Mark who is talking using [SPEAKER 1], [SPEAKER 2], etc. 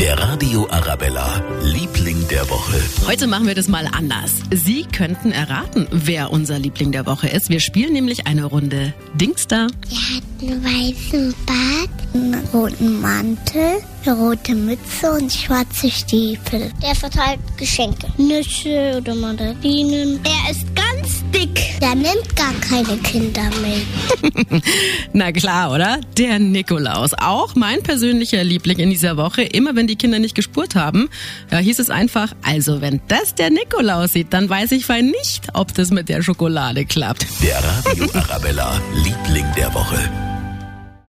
[SPEAKER 1] Der Radio Arabella, Liebling der Woche.
[SPEAKER 2] Heute machen wir das mal anders. Sie könnten erraten, wer unser Liebling der Woche ist. Wir spielen nämlich eine Runde Dingster.
[SPEAKER 3] Er hat einen weißen Bart, einen roten Mantel, eine rote Mütze und schwarze Stiefel. Der verteilt Geschenke. Nüsse oder Mandarinen. Er ist ganz dick. Der nimmt gar keine Kinder mit.
[SPEAKER 2] Na klar, oder? Der Nikolaus. Auch mein persönlicher Liebling in dieser Woche. Immer wenn die Kinder nicht gespurt haben, ja, hieß es einfach, also wenn das der Nikolaus sieht, dann weiß ich fein nicht, ob das mit der Schokolade klappt.
[SPEAKER 1] Der Radio Arabella, Liebling der Woche.